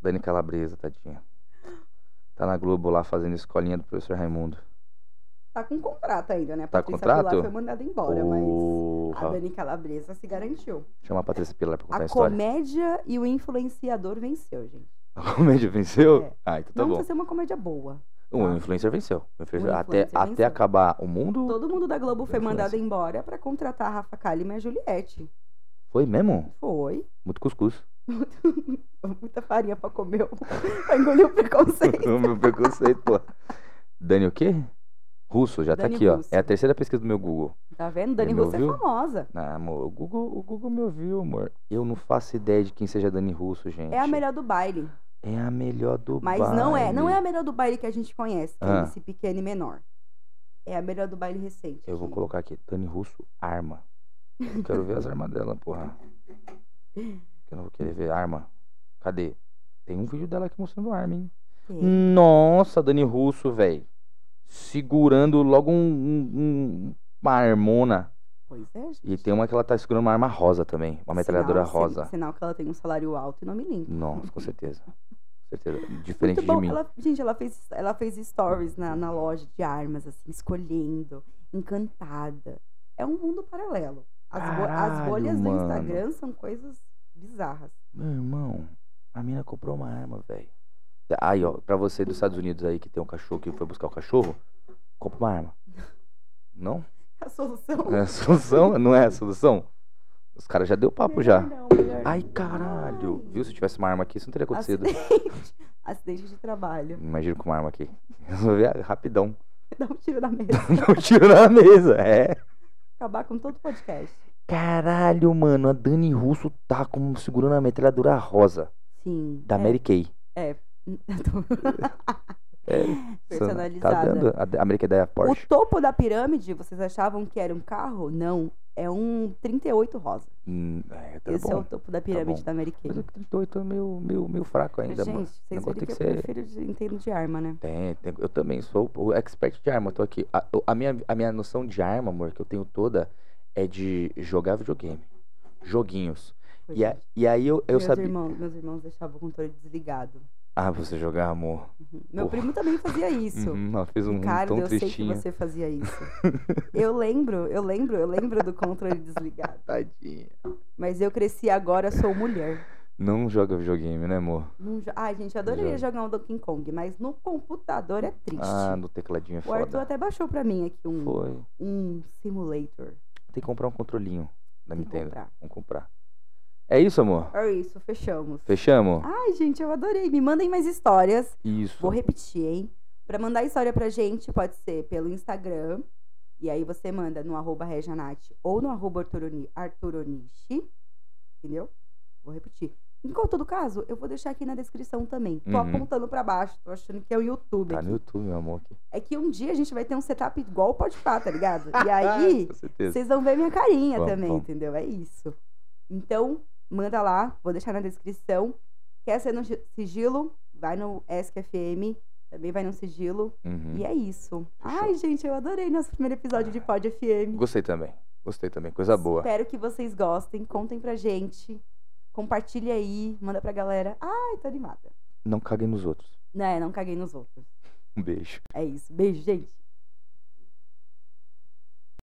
S1: Dani Calabresa, tadinha. Tá na Globo lá fazendo escolinha do professor Raimundo.
S2: Tá com contrato ainda, né? A
S1: Tá com
S2: Patrícia Pilar
S1: contrato?
S2: foi mandada embora, mas a
S1: Porra.
S2: Dani Calabresa se garantiu.
S1: Chama a Patrícia Pilar pra contar a
S2: A
S1: história.
S2: comédia e o influenciador venceu, gente.
S1: (laughs) A comédia venceu?
S2: É.
S1: Ah, então tá
S2: Não
S1: bom.
S2: precisa ser uma comédia boa.
S1: O influencer venceu. O influencer-
S2: O
S1: até,
S2: influencer
S1: até
S2: venceu.
S1: acabar o mundo.
S2: Todo mundo da Globo foi
S1: Influência.
S2: mandado embora pra contratar a Rafa Kalimann e a Juliette.
S1: Foi mesmo?
S2: Foi. (laughs)
S1: Muito cuscuz. (laughs)
S2: Muita farinha pra comer. (laughs) pra engolir o preconceito.
S1: o meu preconceito, pô. Dani o quê? Russo, já
S2: Dani
S1: tá aqui,
S2: Russo.
S1: ó. É a terceira pesquisa do meu Google.
S2: Tá vendo? Dani
S1: Ele me
S2: Russo é
S1: ouviu?
S2: famosa.
S1: Ah, amor, o Google, o Google me ouviu, amor. Eu não faço ideia de quem seja Dani Russo, gente.
S2: É a melhor do baile.
S1: É a melhor do
S2: Mas não é. Não é a
S1: baile.
S2: melhor do baile que a gente conhece, que
S1: Ah.
S2: é esse pequeno e menor. É a melhor do baile recente.
S1: Eu vou
S2: que-
S1: colocar aqui, Dani Russo, arma. Eu quero ver as armas dela, porra. Eu não vou querer ver arma. Cadê? Tem um vídeo dela aqui mostrando arma, hein? Hum.
S2: Tem.
S1: Nossa, Dani Russo, velho. Segurando logo um, um- um- uma armona.
S2: Pois é, gente.
S1: E tem uma que ela tá segurando uma arma rosa também. Uma metralhadora
S2: Sinal-
S1: rosa.
S2: sin- Sinal que ela tem um salário alto e nome limpo.
S1: Nossa, com certeza. Com certeza.
S2: (laughs)
S1: Diferente
S2: Muito bom.
S1: de mim.
S2: Ela, gente, ela fez, ela fez stories na, na loja de armas, assim, escolhendo, encantada. É um mundo paralelo. As, bo- as
S1: Caralho,
S2: bolhas
S1: mano.
S2: do Instagram são coisas bizarras. (laughs)
S1: Meu irmão, a mina comprou uma arma, velho. Aí, ó, pra você dos Estados Unidos aí que tem um cachorro que foi buscar o cachorro, compra uma
S2: (laughs)
S1: arma. Não?
S2: A solução.
S1: É a solução? Não é a solução? Os caras já deu papo
S2: é Melhor
S1: já.
S2: não, melhor
S1: Ai, caralho.
S2: Ai.
S1: Viu? Se tivesse uma arma aqui, isso não teria
S2: não.
S1: acontecido.
S2: Acidente. (laughs) Acidente de trabalho. (laughs)
S1: Imagina com uma arma aqui. Resolver rapidão. (laughs)
S2: Dá um tiro na mesa.
S1: Dá um tiro na mesa, é.
S2: Acabar com todo o podcast.
S1: Caralho, mano, a Dani Russo tá como
S2: É. (laughs)
S1: segurando a metralhadora rosa
S2: Sim.
S1: da
S2: é.
S1: Mary Kay.
S2: Tô-
S1: (laughs)
S2: (laughs)
S1: É, Tá
S2: Personalizada.
S1: dando a- a América da Porsche.
S2: O topo da pirâmide, vocês achavam que era um carro? Não. É um 38 rosa.
S1: Hum, é, tá
S2: Esse
S1: bom.
S2: é o topo da pirâmide
S1: bom.
S2: da
S1: Mas o
S2: Ameriquinha.
S1: 38 é meio, meio, meio fraco ainda, mano.
S2: Gente, vocês
S1: negócio tem
S2: viram que eu
S1: que ser-
S2: prefiro de- entendo de arma, né?
S1: Tem, tem- eu também sou o expert de arma, eu tô aqui. A, a minha, a minha noção de arma, amor, que eu tenho toda, é de jogar videogame. Joguinhos.
S2: Foi,
S1: E, a-
S2: gente.
S1: e aí eu, eu
S2: é. meus,
S1: sabia.
S2: irmãos, meus irmãos deixavam o controle desligado.
S1: Ah, você jogar, amor.
S2: Uhum. Meu
S1: Porra.
S2: primo também
S1: (laughs)
S2: fazia isso.
S1: Uhum, ela fez um
S2: Cara,
S1: tão
S2: eu sei
S1: tristinho.
S2: que você
S1: (laughs)
S2: fazia isso. eu lembro, eu lembro, eu lembro do controle desligado.
S1: Tadinha.
S2: Mas eu cresci agora, sou mulher.
S1: Não joga videogame, né, amor?
S2: Não jo- Ai, gente, eu adoraria
S1: Joga.
S2: jogar um Donkey Kong, mas no computador é triste.
S1: Ah, no tecladinho é
S2: o Arthur
S1: foda.
S2: até baixou pra mim aqui um,
S1: Foi.
S2: um simulator.
S1: Tem que comprar um controlinho da
S2: Tem que
S1: Nintendo.
S2: comprar.
S1: Vamos comprar. É isso, amor?
S2: É isso, fechamos.
S1: Fechamos?
S2: Ai, gente, eu adorei. Me mandem mais histórias.
S1: Isso.
S2: Ah, Vou repetir, hein? Pra mandar história pra gente, pode ser pelo Instagram. E aí você manda no arroba Regianat ou no arroba Arturoni- Arturonishi. Entendeu? Vou repetir. Em todo caso, eu vou deixar aqui na descrição também. Tô
S1: Uhum.
S2: apontando pra baixo, tô achando que é o YouTube.
S1: Tá
S2: aqui.
S1: no YouTube, meu amor. Aqui.
S2: É que um dia a gente vai ter um setup igual o Pode Pá, tá ligado?
S1: (laughs)
S2: E aí,
S1: Com certeza.
S2: vocês vão ver minha carinha
S1: Vamos,
S2: também,
S1: vamos.
S2: entendeu? É isso. Então, manda lá, vou deixar na descrição. Quer ser no gi- sigilo? Vai no ESC-FM, também vai no sigilo.
S1: Uhum.
S2: E é isso. Ai, gente, eu adorei nosso primeiro episódio de Pod FM.
S1: Gostei também. Gostei também. Coisa boa.
S2: Espero que vocês gostem, contem pra gente. Compartilhe aí, manda pra galera. Ai, tô animada.
S1: Não caguem nos outros.
S2: Né, não caguei nos outros.
S1: Um beijo.
S2: É isso. Beijo, gente.